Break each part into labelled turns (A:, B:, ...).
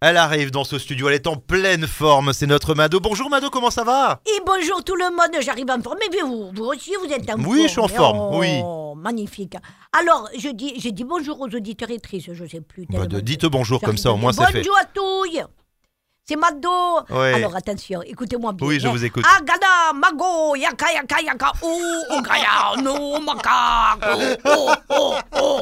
A: Elle arrive dans ce studio, elle est en pleine forme, c'est notre Mado. Bonjour Mado, comment ça va
B: Et bonjour tout le monde, j'arrive en forme. Mais vous, vous aussi, vous êtes en forme.
A: Oui, je suis en forme,
B: oui. Magnifique. Alors, je dis, j'ai dit bonjour aux auditeurs et trices, je sais plus.
A: Bah,
B: tellement
A: de-
B: que-
A: Dites bonjour comme
B: j'arrive
A: ça, au
B: bien.
A: moins c'est fait.
B: Bonjour à tous C'est Mado
A: Ouais.
B: Alors attention, écoutez-moi bien.
A: Oui, je
B: hein.
A: vous écoute.
B: Agada, Mago, Yaka, Yaka, Yaka, Oh, Ogaya, No, Maka, Oh, Oh, Oh.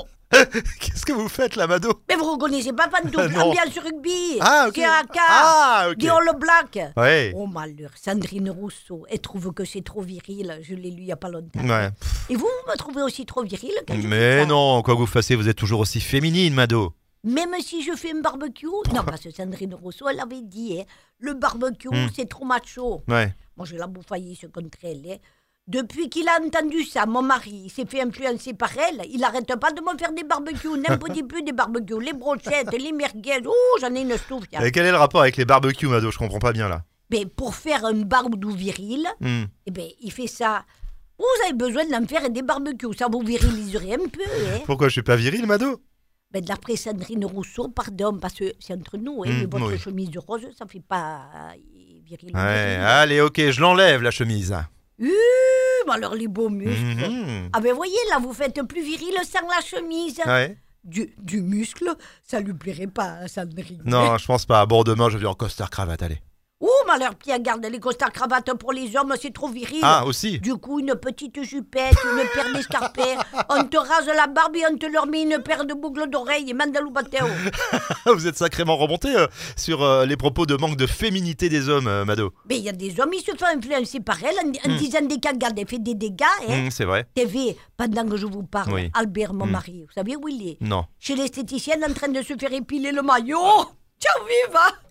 A: Qu'est-ce que vous faites là Mado
B: Mais vous reconnaissez pas Pantoufle,
A: Non.
B: ambiance rugby,
A: Ah, ok.
B: c'est Aka,
A: Ah, ok.
B: The All Black.
A: Ouais.
B: Oh malheur, Sandrine Rousseau, elle trouve que c'est trop viril, je l'ai lu il y a pas longtemps.
A: Ouais.
B: Et vous, vous me trouvez aussi trop viril quand je fais
A: Mais
B: ça
A: non, quoi que vous fassiez, vous êtes toujours aussi féminine Mado.
B: Même si je fais un barbecue Non, parce que Sandrine Rousseau, elle avait dit, hein, le barbecue,
A: Hmm.
B: c'est trop macho.
A: Ouais.
B: Moi, je la bouffaillis, ce contre elle. hein. Depuis qu'il a entendu ça, mon mari il s'est fait influencer par elle. Il n'arrête pas de me faire des barbecues, n'importe plus des barbecues, les brochettes, les merguez. Oh, j'en ai une stouffe. tiens.
A: Et quel est le rapport avec les barbecues Mado Je comprends pas bien là.
B: Mais pour faire un barbecue viril,
A: Hmm.
B: eh ben, il fait ça. Vous avez besoin d'en faire des barbecues, ça vous viriliserait un peu. Hein.
A: Pourquoi je suis pas viril Mado
B: Ben, D'après Sandrine Rousseau, pardon, parce que c'est entre nous, hein,
A: Mm,
B: mais votre
A: oui.
B: chemise de rose, ça fait pas euh, Mmh, viril.
A: Ouais, ah. allez, ok, je l'enlève la chemise.
B: Hum, alors les beaux muscles.
A: Mhm.
B: Ah ben voyez, là, vous faites plus viril sans la chemise.
A: Ouais.
B: Du, du muscle, ça lui plairait pas à Sandrine.
A: Non, je pense pas. Bon, demain, je vais en costard cravate, allez.
B: Oh, malheur, Pierre, garde les costards cravates pour les hommes, c'est trop viril.
A: Ah, aussi
B: Du coup, une petite jupette, une paire d'escarpins, on te rase la barbe et on te leur met une paire de boucles d'oreilles et mandalou bateo.
A: Vous êtes sacrément remonté euh, sur euh, les propos de manque de féminité des hommes, euh, Mado.
B: Mais il y a des hommes, ils se font influencer par elle en, en disant des cagades, elle fait des dégâts. Hein.
A: Hmm, c'est vrai
B: TV, pendant que je vous parle,
A: Oui.
B: Albert, mon
A: Mm.
B: mari, vous savez où il est
A: Non.
B: Chez l'esthéticienne en train de se faire épiler le maillot. Ciao, vive hein